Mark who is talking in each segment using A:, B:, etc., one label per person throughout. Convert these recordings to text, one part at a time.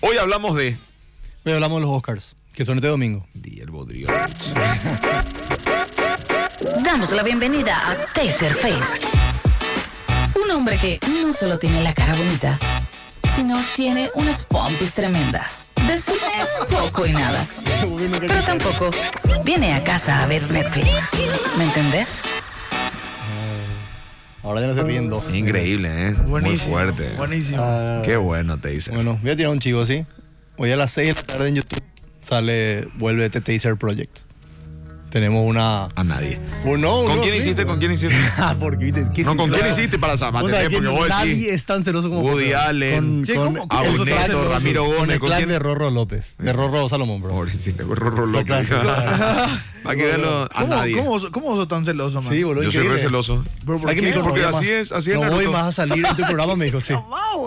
A: Hoy hablamos de.
B: Hoy hablamos de los Oscars, que son este domingo.
A: Di el bodrio.
C: Damos la bienvenida a Taserface. Un hombre que no solo tiene la cara bonita, sino tiene unas pompis tremendas. De cine poco y nada. Pero tampoco viene a casa a ver Netflix. ¿Me entendés?
B: Ahora ya no se ríen dos.
A: Increíble, ¿eh?
D: Buenísimo.
A: Muy fuerte.
D: Buenísimo.
B: Ah,
A: Qué bueno, te dicen.
B: bueno, voy a tirar un chivo, ¿sí? Hoy a las 6 de la tarde en YouTube sale Vuelve este Taser Project. Tenemos una...
A: A nadie.
B: Oh, no,
A: ¿Con
B: no,
A: quién
B: sí.
A: hiciste? ¿Con quién hiciste?
B: Ah, porque viste... ¿qué
A: No, ¿con
B: sí,
A: quién
B: claro.
A: hiciste para
B: O sea,
A: zapatete?
B: que
A: Porque vos
B: nadie
A: decís.
B: es tan celoso como
A: Woody
B: Pedro.
A: Allen,
D: Che, ¿cómo?
B: con
D: Eso está
A: Abuneto,
D: celoso.
A: Ramiro
B: con
A: Gómez,
B: el
A: ¿con
B: clan
A: quién?
B: de Rorro López, de Rorro Salomón, bro.
A: Pobrecito, con Rorro López.
B: Lo clásico.
A: Para que verlo a
D: ¿Cómo,
A: nadie.
D: ¿cómo, sos- ¿Cómo sos tan celoso, man?
B: Sí, boludo.
A: Yo soy
B: increíble.
A: re celoso.
D: Pero, ¿por
B: ¿Sabes qué me
D: qué?
B: dijo? No
A: Porque
B: voy
A: así
B: más-
A: es, así es
B: No voy
A: Naruto.
B: más a salir en tu programa, me dijo, sí.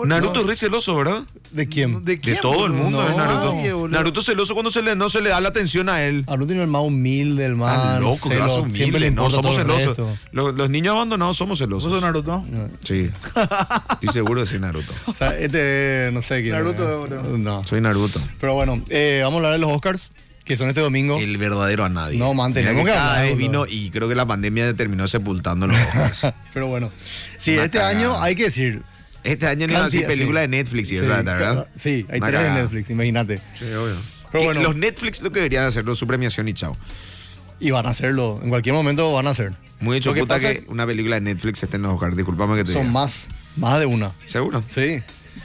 A: Naruto es re celoso, ¿verdad?
B: ¿De quién?
D: ¿De quién,
A: De todo el
D: boludo?
A: mundo
B: No,
A: es Naruto.
D: nadie, boludo.
A: Naruto es celoso cuando se le, no se le da la atención a él.
B: Naruto tiene el más humilde, el
A: Ah,
B: más
A: loco, que
B: celo-
A: vas
B: siempre
A: humilde.
B: le
A: No,
B: importa
A: somos
B: todo el
A: celosos.
B: resto.
A: Los, los niños abandonados somos
D: ¿Vos
A: celosos.
D: sos Naruto?
A: Sí. Estoy seguro de ser Naruto.
B: O sea, este, no sé quién.
D: Naruto, boludo.
B: No.
A: Soy Naruto.
B: Pero bueno, eh, vamos a hablar de los Oscars, que son este domingo.
A: El verdadero a nadie.
B: No, man,
A: Mira
B: tenemos
A: que
B: que
A: cada
B: hablar,
A: vez
B: boludo.
A: vino y creo que la pandemia terminó Pues, sepultando los Oscars.
B: Pero bueno, sí,
A: Una
B: este
A: cagada.
B: año hay que decir.
A: Este año no así
B: cantidad-
A: película
B: sí.
A: de Netflix, y
B: Sí,
A: ¿verdad?
B: claro,
A: ¿verdad?
B: Sí, hay
A: Una
B: tres en
A: cagada.
B: Netflix, imagínate.
A: Sí, obvio.
B: Pero
A: Y
B: bueno.
A: Los Netflix lo que deberían hacerlo, su premiación y chao.
B: Y van a hacerlo, en cualquier momento van a hacer.
A: Muy hecho
B: Lo que
A: puta
B: pasa
A: que, una película de Netflix esté en los Oscars. Disculpame que te
B: Son
A: diga.
B: más, más de una.
A: ¿Seguro?
B: Sí.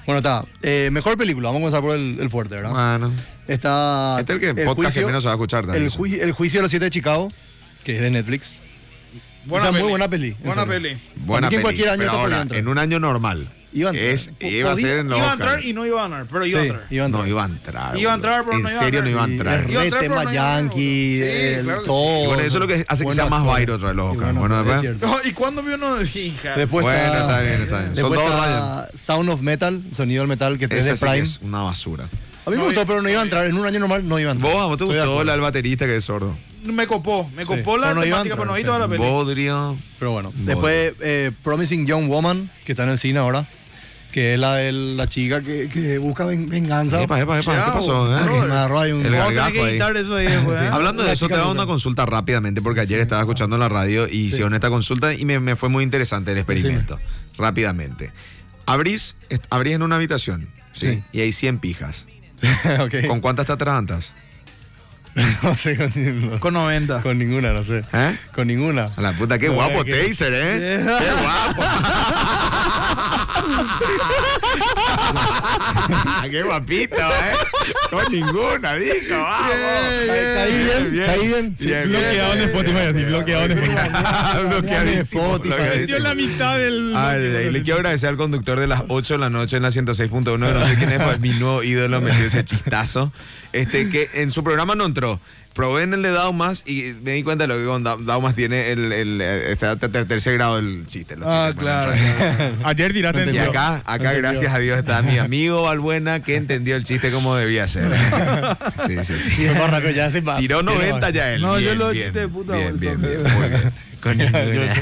B: Bueno, está. eh, mejor película, vamos a comenzar por el, el fuerte, ¿verdad?
A: Bueno.
B: Está.
A: Este es el que- podcast que menos se va a escuchar, tal
B: El,
A: vez.
B: ju- el juicio de los siete de Chicago, que es de Netflix. Esa muy buena peli, en
D: Buena
B: serio.
D: peli.
A: Buena
B: Para mí que en
A: peli,
B: cualquier año
A: pero
B: está por
A: ahora,
B: dentro.
A: en un año normal.
B: Iba a entrar.
A: Es- iba a
B: Podía-
A: ser en los
D: Iba a
A: Oscars.
D: entrar y no iba a ganar, pero iba a
B: Sí,
D: entrar.
B: iba a entrar.
A: No, iba a entrar.
D: Iba a
A: boludo.
D: entrar, pero
A: en
D: no iba a
A: serio no iba a
D: entrar.
A: entrar.
B: Y
D: Iba a
B: Es
D: entrar,
B: re tema
D: pero no iba a ganar,
B: yankee,
D: boludo. Sí,
B: el
D: claro que
B: todo.
A: sí. Y bueno, eso es lo que hace que
B: Buenos
A: sea más
B: actores.
A: vairo otra vez los
B: Y
A: Oscars,
B: bueno,
A: bueno,
B: es
A: ¿verdad?
B: cierto.
D: No, y cuando vio uno, hija.
B: Después
A: Bueno,
B: está,
A: está bien, está bien. Son
B: después
A: todos
B: está Sound of Metal, sonido del metal, que es
A: Esa
B: de
A: sí que
B: Prime.
A: es una basura.
B: A mí me
D: No,
B: gustó,
D: yo-
B: pero no iba a entrar. En un año normal no iba a entrar.
A: Vos, a vos te
B: Estoy de
A: gustó
B: acuerdo.
A: la del baterista que es sordo.
D: Me copó, me
B: Sí.
D: copó la
B: Pero no iba a
D: temática, pero no vi
B: entrar,
D: toda la peli.
A: Bodrio.
B: Pero bueno,
A: Bueno.
B: después eh, Promising Young Woman, que está en el cine ahora, que es la de la chica que, que busca ven- venganza.
A: Epa, epa, epa. ¿Qué
D: Chao,
A: pasó? eh?
B: Ah, que me agarró ahí un-
A: El
D: Vamos a
A: gargajo
D: tener que
A: ahí.
D: editar eso ahí después. ¿eh?
A: Hablando de
B: Una
A: eso, te
B: chica
A: hago
B: loca.
A: una consulta rápidamente porque ayer estaba escuchando la radio y hicieron esta consulta y me, me fue muy interesante el experimento. Rápidamente. Abrís, est- abrís en una habitación ¿sí?
B: Sí.
A: y hay 100 pijas.
B: Ok.
A: ¿Con cuántas te atragantas?
B: no sé, con, ninguna.
D: Con 90.
B: Con ninguna, no sé.
A: ¿Eh?
B: Con ninguna.
A: A la puta, qué
B: No,
A: guapo
B: que-
A: Taser, ¿eh? Qué guapo. Ah, qué guapito, ¿eh? Con ninguna, dijo, vamos.
B: Caí bien, caí bien. Sí, bloqueado en Spotify, así, bloqueado en Spotify.
A: Bloqueadísimo,
B: Bloqueado en Spotify.
A: bloqueadísimo.
B: Dio la
D: mitad del.
A: Ay, ay, ay, Ah, le quiero agradecer al conductor de las 8 de la noche en la 106.1, no sé quién es, pues mi nuevo ídolo metió ese chistazo. Este, que en su programa no entró. Probé en el de Daumas y me di cuenta de lo que con Da- Daumas tiene el, el- eh, está ter- ter- tercer grado del chiste. los
D: Ah,
A: chistes, bueno,
D: claro.
A: en realidad.
E: Ayer tiraste
A: Y
E: el
A: acá, acá gracias a Dios, está mi amigo Balbuena que entendió el chiste como debía ser. Sí, sí, sí.
B: Yo barraco ya se va.
A: Tiró 90 ya él.
D: No,
A: Bien,
D: yo lo
A: bien,
D: chiste de puta
A: Bien, bien,
D: vuelta.
A: bien, muy bien. Con ninguna.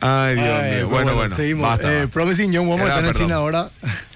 A: Ay, Dios
B: Ay,
A: mío.
B: pero
A: Bueno, bueno.
B: Seguimos.
A: basta,
B: Eh,
A: basta.
B: Promising Young Woman
A: Era,
B: está en el
A: perdón.
B: cine ahora.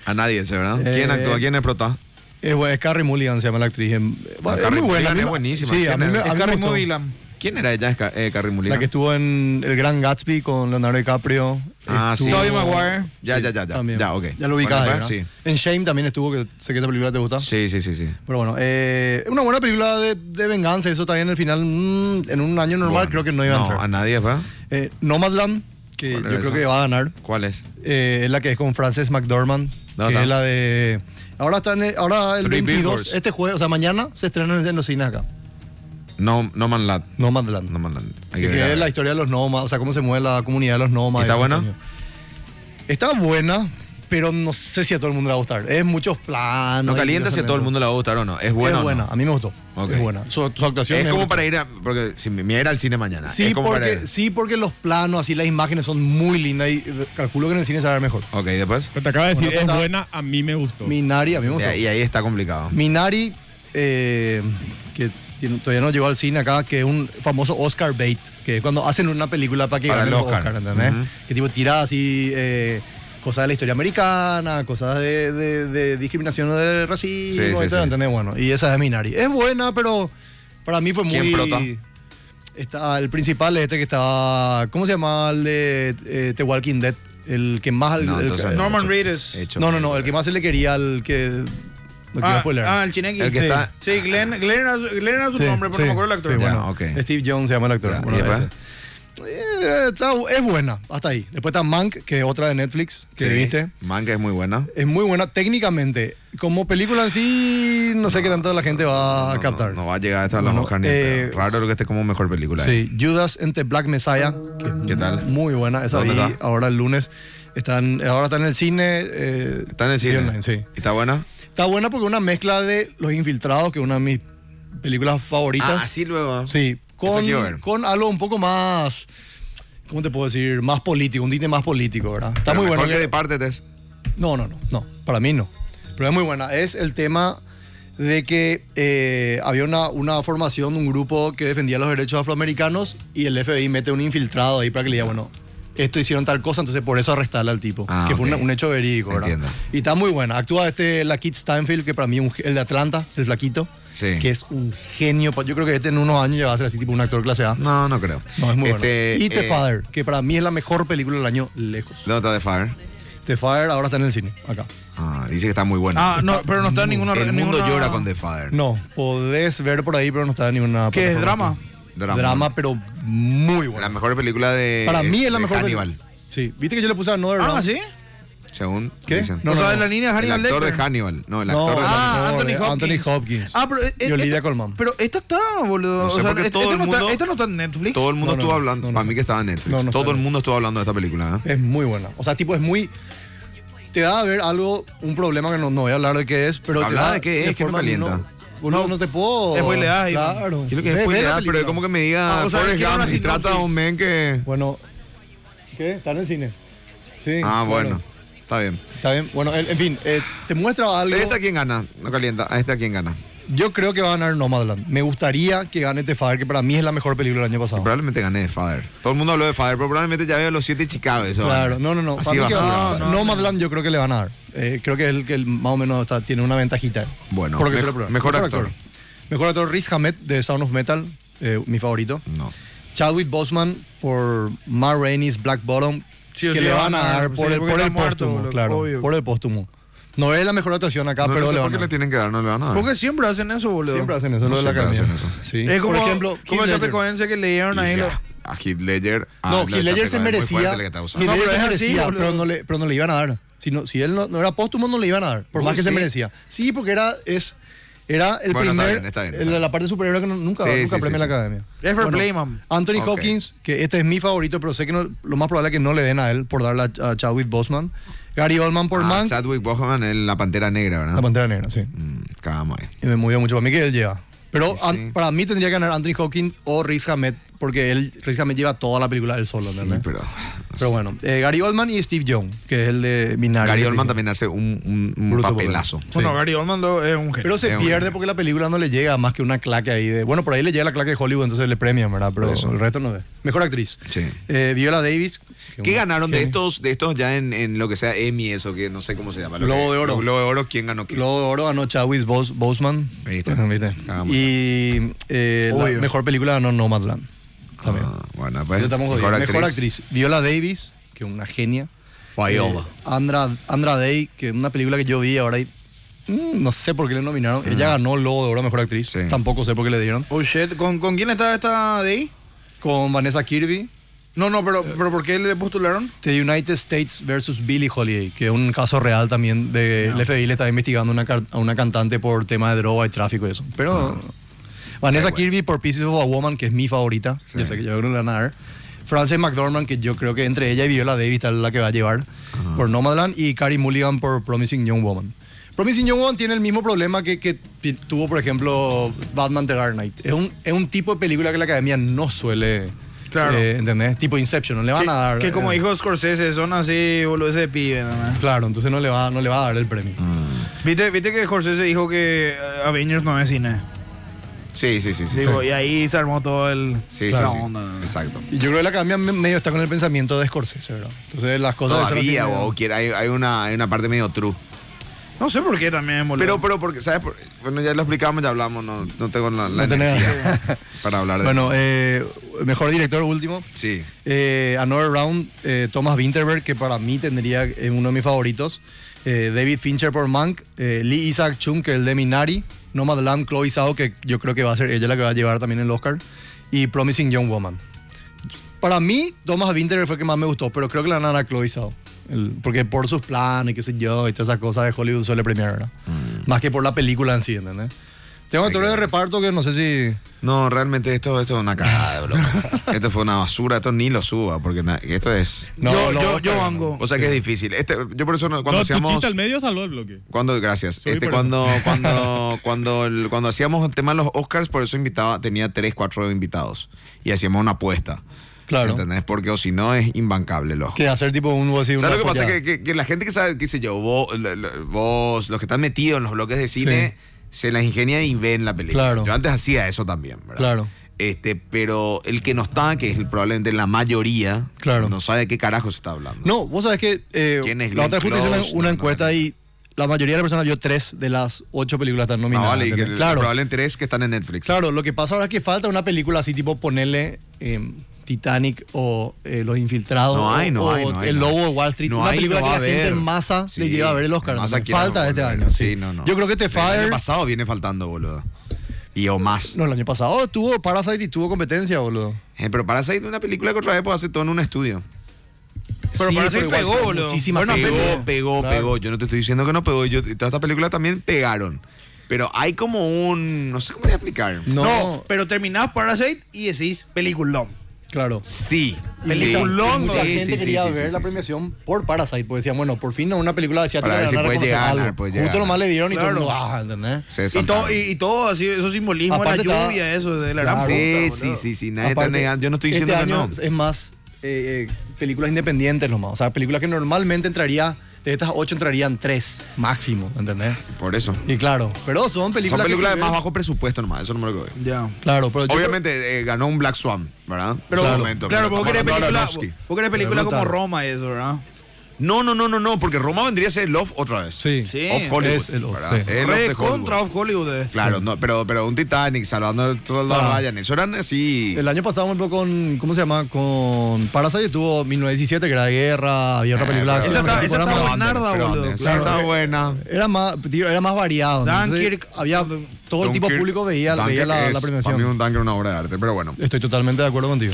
A: A nadie ese, ¿verdad? ¿Quién
B: Eh,
A: actúa? ¿Quién es prota?
B: Es, bueno, es Carrie Mulligan, se llama la actriz. Em,
A: Ah,
B: es
A: Carrie
B: muy
A: Mulligan
B: buena. a mí
A: es
B: me-
A: buenísima.
B: Sí,
A: ¿Quién
B: a mí,
A: es?
B: me-
A: Es
B: a mí me
D: Carrie
B: gustó.
D: Movilan.
A: ¿Quién era ella, Esca- eh, Carrie Mulina?
B: La que estuvo en El Gran Gatsby con Leonardo DiCaprio.
A: Ah, sí.
B: Estuvo-
D: Tobey Maguire.
A: Ya, ya, ya, ya.
B: También.
A: Ya, ok.
B: Ah, Ya lo ubicás,
A: Bueno,
B: ¿verdad?
A: pues,
B: En Shame también estuvo, que sé que esta película te gusta.
A: Sí, sí, sí, sí. sí.
B: Pero bueno, eh, una buena película de, de venganza. Eso también en el final, mm, en un año normal,
A: Bueno,
B: creo que no iba a
A: No, a
B: entrar.
A: nadie, ¿verdad?
B: Eh, Nomadland, que yo
A: ¿Cuál era
B: creo
A: esa?
B: que va a ganar.
A: ¿Cuál es?
B: eh, es la que es con Frances McDormand,
A: No,
B: que
A: no.
B: es la de... Ahora está en el, ahora el
A: Three
B: 22,
A: Billboards.
B: este jueves, o sea, mañana se estrena en, en los cines acá.
A: No, no Man Lad.
B: Nomadland.
A: No Man Lad. Hay
B: Así que,
A: ver, a
B: es
A: ver.
B: la historia de los nómadas, o sea, cómo se mueve la comunidad de los nómadas.
A: ¿Y está
B: y
A: buena?
B: todo eso. Está buena, pero no sé si a todo el mundo le va a gustar. Es muchos planos.
A: No
B: y
A: calientes si
B: cosas
A: todo el
B: lentas.
A: mundo le va a gustar o no. Es buena.
B: es
A: o
B: buena,
A: no?
B: a mí me gustó.
A: Ok.
B: Es buena. Su, su actuación
A: Es
B: me
A: como
B: gustó.
A: para ir a. Porque si me, me era al cine mañana.
B: Sí
A: es como para
B: porque,
A: ir.
B: sí, porque los planos, así las imágenes son muy lindas y eh, calculo que en el cine se va a ver mejor.
A: Ok, después.
E: Pero te acabo de decir,
B: Bueno,
E: es
B: está-
E: buena, a mí me gustó.
B: Minari, a mí me
A: Y
B: gustó.
A: ahí, y ahí está complicado.
B: Minari, eh, que tiene- todavía no llegó al cine acá, que es un famoso Oscar bait, que es cuando hacen una película para que
A: Para
B: ganen
A: el
B: los
A: Oscar.
B: Oscar, ¿entendés?
A: Ujú.
B: Que tipo tira así eh, cosas de la historia americana, cosas de, de- de discriminación o de racismo,
A: Sí, sí,
B: etcétera,
A: sí.
B: ¿entendés? Bueno, y esa es Minari. Es buena, pero para mí fue muy...
A: ¿Quién prota?
B: Está, el principal es este que estaba... ¿Cómo se llamaba el de eh, The Walking Dead? El que más... al- el-
A: entonces
D: Norman
A: hecho-
D: Reedus.
A: hecho
B: no, no, no,
A: mierda.
B: el que más se le quería al que... No quiero
D: Ah,
B: spoiler.
D: ah, el Chineki.
A: El que
D: sí.
A: está-
D: Sí, Glenn, Glenn, era su, Glenn era su
B: Sí,
D: nombre, pero no
B: sí,
D: me acuerdo el actor.
B: sí,
A: Ya,
B: bueno,
A: ok.
B: Steve Jones se llama el actor.
A: Ya,
B: bueno,
A: ¿y después?
B: ese. Eh, está- es buena, hasta ahí. Después está Mank, que es otra de Netflix, que
A: Sí.
B: viste.
A: Manga es muy buena.
B: Es muy buena técnicamente. Como película en sí, no sé qué tanto la gente va
A: No,
B: a
A: no,
B: captar.
A: No, va a llegar hasta los
B: Ah, Bueno,
A: Oscar ni en
B: eh,
A: pedo. Raro lo que esté como mejor película. eh.
B: Sí, Judas and the Black Messiah. que es
A: ¿Qué tal?
B: Muy buena. Esa
A: ¿Dónde
B: vi
A: está?
B: ahora el lunes. Están, ahora está en el cine. eh,
A: Está en el cine.
B: y online, sí.
A: ¿Y ¿Está buena?
B: Está buena porque una mezcla de Los Infiltrados, que es una de mis películas favoritas.
A: Ah, sí, luego.
B: Sí, con,
A: quiero ver.
B: con algo un poco más, ¿cómo te puedo decir? Más político, un tinte más político, ¿verdad? Está
A: Pero
B: muy bueno.
A: mejor que de parte Tess.
B: No, no, no, no, para mí no. Pero es muy buena. Es el tema de que eh, había una, una formación, un grupo que defendía los derechos afroamericanos y el FBI mete un infiltrado ahí para que le diga, bueno, esto hicieron tal cosa, entonces por eso arrestarle al tipo.
A: Ah,
B: que fue
A: ok.
B: una- un hecho verídico, ¿verdad?
A: Entiendo.
B: Y está muy buena. Actúa este, la Kit Stanfield, que para mí, un ge- el de Atlanta, el flaquito,
A: Sí.
B: que es un genio. Yo creo que este en unos años ya va a ser así, tipo un actor clase A.
A: No, no creo.
B: No, es muy
A: Este,
B: bueno. Y The
A: eh,
B: Father, que para mí es la mejor película del año lejos.
A: ¿Dónde está The Fire?
B: The Father ahora está en el cine, acá.
A: Ah, dice que está muy buena.
D: Ah, no, pero no está en ninguna.
A: El mundo
D: ninguna- Ah,
A: llora con The Fire.
B: No, podés ver por ahí, pero no está en ninguna.
D: ¿Qué es?
B: plataforma.
D: ¿Drama?
A: Drama.
B: Drama, pero muy
A: La
B: bueno.
A: mejor película de.
B: Para mí es la
A: de
B: mejor.
A: Hannibal,
B: Sí, viste que yo le puse a Another
D: Ah,
B: Round?
D: ¿sí?
A: según.
B: ¿Qué?
A: dicen.
B: No,
D: o
B: no,
D: sea,
B: no.
D: de la niña de
A: el
D: Hannibal
A: actor
D: Lecter.
A: de Hannibal. No, el
B: No,
A: actor de Hannibal.
B: ah,
D: Ah, Anthony
B: Hannibal,
D: Hopkins.
B: Anthony Hopkins.
D: Ah, pero. eh,
B: Y Olivia
D: esta-
B: Colman.
D: Pero esta está, boludo.
A: No sé
D: o sea,
A: por qué
D: este-
A: todo
D: este
A: el
D: no está-
A: mundo-
D: esta no está en Netflix.
A: Todo el mundo
B: No, no,
A: estuvo
B: no,
A: hablando.
B: no, no.
A: Para mí que estaba en Netflix.
B: No, no
A: Todo
B: está.
A: el mundo estuvo hablando de esta película. ¿eh?
B: Es muy buena. O sea, tipo, es muy. Te da a ver algo, un problema que no, no voy a hablar de qué es, pero. te
A: Habla
B: da
A: de qué es, que me
B: no,
A: calienta.
B: boludo, no te puedo.
D: Es spoileada, Iván.
B: Claro.
A: Quiero que
B: Ve-
A: después
B: ve la
A: ya, pero es
B: película.
A: como que me diga.
D: Ah, o sea,
A: Forrest
D: quiero una
A: Gump, y trata de
D: sinopsis.
A: un men que.
B: Bueno. ¿Qué? ¿Está en el cine? Sí.
A: Ah, bueno. Está bien.
B: Está bien. Bueno, en en fin, eh, te muestra algo.
A: ¿Esta quién Este gana? No calienta. ¿A esta quién gana?
B: Yo creo que va a ganar Nomadland. Me gustaría que gane The Father, que para mí es la mejor película del año pasado.
A: Probablemente gané de Father. Todo el mundo habló de Father, pero probablemente ya veo los siete Chicago. Eso
B: Claro,
A: ¿vale?
B: no, no, no.
A: Así
B: Para mí que
A: basura,
B: va-
A: basura.
D: no, no.
B: Nomadland yo creo que le van a dar. Eh, creo que es el que el- más o menos está- tiene una ventajita.
A: Bueno,
B: Por lo que
A: me-
B: se le prueba.
A: mejor actor.
B: Mejor actor Riz Hamed de Sound of Metal, eh, mi favorito.
A: No.
B: Chadwick Boseman por Ma Rainey's Black Bottom,
D: Sí o
B: que
D: sí
B: le
D: le
B: van a
D: van a
B: dar
D: dar,
B: por
D: sí,
B: el,
D: porque
B: por
D: está
B: el
D: muerto,
B: póstumo,
D: boludo,
B: claro,
D: obvio.
B: por el póstumo. No es la mejor actuación acá,
A: No,
B: pero
A: no sé
B: le
A: por
B: van
A: qué
B: a
A: le
B: dar.
A: tienen que dar, no le van a dar.
D: Porque siempre hacen eso, boludo.
B: Siempre hacen eso,
A: No
B: lo de la
A: ah. siempre
B: academia.
A: hacen eso.
B: Sí.
D: Es como,
B: por ejemplo,
D: como
B: Heath
D: el
B: Ledger.
D: chapecoense que le dieron ahí.
A: Y
D: lo-
A: ya, a Heath Ledger. ah,
B: No,
A: lo de
B: Heath
A: Chapecoense,
B: Ledger se
A: muy
B: merecía.
A: fuerte la que está
B: Heath
A: usando.
D: No,
B: Ledger
D: pero
B: se
D: es así,
B: merecía,
D: boludo.
B: pero no, le, pero no le iban a dar. Si, no, si él no, no era póstumo, no le iban a dar. Por
A: Uy,
B: más que se
A: sí.
B: merecía. Sí, porque era, es, era el
A: Bueno, está
B: primer.
A: bien, está bien, está
B: el-
A: bien.
B: La parte superior que no- nunca,
A: Sí,
B: nunca
A: sí,
B: premia
A: sí,
B: la
A: sí.
B: academia.
D: Es fair play, man.
B: Anthony
A: Ok.
B: Hopkins, que este es mi favorito, pero sé que no- lo más probable es que no le den a él por darle a, a Chadwick Boseman. Gary Oldman por
A: Ah,
B: Mank.
A: Chadwick Boseman en La Pantera Negra, ¿verdad?
B: La pantera negra, sí.
A: Mm, cagamos ahí.
B: Y me movió mucho para mí que él lleva. Pero
A: Sí,
B: an-
A: sí.
B: para mí tendría que ganar Anthony Hopkins o Riz Hamed, porque él, Riz Hamed lleva toda la película él solo,
A: Sí,
B: ¿entendés?
A: pero...
B: Pero bueno, eh, Gary Oldman y Steve Young, que es el de Minari.
A: Gary
B: que te
A: Oldman
B: dije.
A: también hace un, un- un
B: Bruto
A: papelazo.
B: papel.
D: Bueno,
B: Sí.
D: Gary Oldman lo- es un genio.
B: Pero se
A: Es un
B: pierde
A: genio.
B: porque la película no le llega más que una claque ahí de. Bueno, por ahí le llega la claque de Hollywood, entonces le premian, ¿verdad? Pero
A: Por eso.
B: el resto no es. Mejor actriz.
A: Sí.
B: Eh, Viola Davis.
A: ¿Qué ganaron de
B: genio.
A: estos, de estos ya en, en lo que sea Emmy, eso que no sé cómo se llama? lo
B: Globo
A: que-
B: de Oro.
A: Globo de Oro, ¿quién ganó qué?
B: Globo de Oro ganó Chadwick Bos Boseman.
A: Ahí está. Ah, Cagamos.
B: Y eh, la
D: Obvio.
B: mejor película ganó Nomadland. También.
A: Ah, bueno, pues.
B: Yo tampoco digo. mejor, actriz. Viola Davis, que es una genia.
A: Viola.
B: Eh, Andra, Andra Day, que es una película que yo vi ahora y mm, no sé por qué le nominaron. Ella ganó el Lobo de Oro a Mejor Actriz.
A: Mm. Sí.
B: Tampoco sé por qué le dieron.
D: Oh shit, ¿Con, con quién está esta de ahí?
B: Con Vanessa Kirby,
D: No, no, pero, pero ¿por qué le postularon?
B: The United States versus Billie Holiday, que es un caso real también de el FBI le está investigando una car- a una cantante por tema de droga y tráfico y eso. Pero
D: Ah.
B: Vanessa
A: Qué bueno.
B: Kirby por Pieces of a Woman, que es mi favorita.
A: Sí.
B: Yo sé que yo creo que la van a dar. Frances McDormand, que yo creo que entre ella y Viola Davis está la que va a llevar por Nomadland. Y Carrie Mulligan por Promising Young Woman. Promising Young Woman tiene el mismo problema que, que pi- tuvo, por ejemplo, Batman The Dark Knight. Es un, es un tipo de película que la academia no suele...
D: Claro.
B: eh, ¿Entendés? Tipo Inception, no le van
D: que,
B: a dar...
D: que como
B: eh,
D: dijo Scorsese, son así, boludo, ese pibe. nada más.
B: Claro, entonces no le va, no le va a dar el premio.
D: ¿Viste, viste que Scorsese dijo que eh, Avengers no es cine.
A: Sí, sí, sí, sí.
D: Digo,
A: sí.
D: Y ahí se armó todo el...
A: Sí, sí,
D: la
A: sí.
D: onda, ¿verdad?
A: Exacto.
B: Y yo creo que la academia me- medio está con el pensamiento de Scorsese, ¿verdad? Entonces las cosas...
A: Todavía, o quiere- hay, hay una, hay una parte medio true.
D: No sé por qué también, boludo.
A: Pero, pero, porque, ¿sabes? Por- Bueno, ya lo explicamos, ya hablamos, no, no tengo la, la
B: No tenés-
A: energía para hablar de
B: Bueno, eh, mejor director último.
A: Sí.
B: Eh, Another Round, eh, Thomas Winterberg, que para mí tendría eh, uno de mis favoritos. Eh, David Fincher por Mank. eh, Lee Isaac Chung, que es el de Minari. Nomadland, Chloe Zhao, que yo creo que va a ser ella la que va a llevar también el Oscar. Y Promising Young Woman. Para mí, Thomas Winterberg fue el que más me gustó, pero creo que la nana Chloe Zhao. El- porque por sus planes, qué sé yo, y todas esas cosas de Hollywood suele premiar, ¿verdad? Más que por la película en sí, ¿entendés? Tengo
A: Mm. Hay que
B: actores de
A: ver.
B: reparto que no sé si...
A: No, realmente esto, esto es una cagada, bro. esto fue una basura, esto ni lo suba, porque na- esto es.
B: No,
D: yo,
B: no,
D: yo, yo
B: pero-
D: banco.
A: O sea que es difícil. Este, yo por eso no- cuando
E: no, tu
A: hacíamos.
E: chiste al medio salvó el bloque.
A: Cuando, gracias.
E: Subí
A: Este,
E: por
A: cuando, cuando, cuando, el- cuando hacíamos el tema de los Oscars, por eso invitaba, tenía tres, cuatro invitados. Y hacíamos una apuesta.
B: Claro.
A: ¿Entendés? Porque o si no es imbancable los
B: Que hacer tipo un... así, una
A: ¿Sabes lo que pasa?
B: apoyada.
A: Que, que- que la gente que sabe, qué sé yo, vos, la- la- vos, los que están metidos en los bloques de cine, se las ingenian y ven la película.
B: Claro.
A: Yo antes hacía eso también, ¿verdad?
B: Claro.
A: Este, pero el que no está, que es el- probablemente la mayoría,
B: Claro.
A: no sabe de qué carajo se está hablando.
B: No, vos sabés que eh,
A: ¿Quién es
B: la
A: Glenn
B: otra justicia
A: Close?
B: hizo una, una
A: No, no,
B: encuesta
A: no.
B: y la mayoría de las personas vio tres de las ocho películas tan
A: no
B: nominadas.
A: vale, y que
B: ¿entendés?
A: el-
B: claro,
A: probablemente tres que están en Netflix.
B: claro, lo que pasa ahora es que falta una película así tipo ponerle eh, Titanic o eh, Los Infiltrados
A: No hay, no
B: o
A: hay, no hay,
B: El
A: no hay.
B: Lobo de Wall Street,
A: No
B: una
A: hay,
B: película
A: no
B: que
A: va
B: la
A: a
B: gente
A: haber.
B: en masa
A: Sí,
B: le lleva a ver el Oscar.
A: en masa
B: ¿entendés?
A: quiere
B: falta este
A: volver.
B: año.
A: Sí, no, no.
B: Yo creo que The
A: Desde El
B: Fire...
A: año pasado viene faltando, boludo. Y o más.
B: No, el año pasado tuvo Parasite y tuvo competencia, boludo.
A: Eh, pero para salir de una película que otra vez puedo hacer todo en un estudio.
D: Pero
B: Sí,
D: parece
B: pero
D: que
B: igual
D: pegó,
B: tuvo
D: boludo.
B: muchísimas
D: Buena
B: películas.
D: peli.
A: pegó, pegó,
B: Claro.
A: pegó. Yo no te estoy diciendo que no pegó. Yo, todas estas películas también pegaron. Pero hay como un. No sé cómo voy a explicar.
B: No,
D: No, pero terminás Parasite y decís peliculón.
B: claro.
A: Sí.
B: Y
A: sí,
B: mucha-
D: Peliculón,
B: mucha
D: sí,
B: gente quería ver la
A: sí, sí.
B: premiación por Parasite, porque decían, bueno, por fin no, una película asiática
A: Para ver si
B: ganara
A: puede
B: como se
A: llegar a
B: algo.
A: ganar, puede llegar
B: Justo
A: a
B: nomás le dieron y
D: Claro.
B: todo el mundo, ah, ¿entendés?
A: Se
D: Y,
A: saltaron.
D: todo y, y todo así, esos simbolismos, la
B: Aparte
D: lluvia,
B: estaba-
D: eso, de la gran
B: Claro.
A: Sí,
D: puta,
A: sí,
D: boludo.
A: sí, sí. Nadie está
B: Aparte,
A: negando. Yo no estoy diciendo
B: este
A: que
B: año
A: no.
B: es más eh, eh, películas independientes nomás, o sea, películas que normalmente entraría, de estas ocho entrarían tres máximo, ¿entendés?
A: Por eso.
B: Y claro, pero son películas
A: Son
B: que
A: películas
B: se
A: de más
B: ven-
A: bajo presupuesto nomás. Eso no me lo creo.
D: Ya.
B: Claro, pero yo creo-
A: Obviamente eh, ganó un Black Swan, ¿verdad?
D: Pero,
A: En su
D: claro,
A: momento, pero
D: vos querés
A: estamos hablando de
D: película,
A: Aronofsky.
D: vos querés película como
B: brutal.
D: Roma y eso, ¿verdad?
A: No, no, no, no, no, porque Roma vendría a ser el Love otra vez.
B: Sí.
D: Sí.
A: Of Hollywood.
B: Es el Love,
A: ¿verdad?
B: sí.
A: El Love de
D: Re
A: Hollywood.
D: contra of Hollywood. eh.
A: Claro, no, pero, pero un Titanic salvando el- todos los
B: Claro.
A: Ryan, eso eran así.
B: Ah. El año pasado, por ejemplo, con, ¿cómo se llama? Con Parasite tuvo 1917, que era de guerra, había otra
A: Eh,
B: película...
A: pero-
B: que se
D: Esa
B: llama-
D: está- esa
B: era
D: está
B: más-
D: buenarda,
A: Pero
D: boludo.
A: ¿dónde? Sí,
B: Claro.
A: Está buena.
B: Era más, digo, era más variado. entonces
D: Dunkirk-
B: había todo el tipo de
A: Dunkirk-
B: público veía, veía
A: Dunkirk
B: la,
A: es, Para
B: la
A: mí
B: premiación.
A: un Dunkirk es una obra de arte, pero bueno.
B: Estoy totalmente de acuerdo contigo.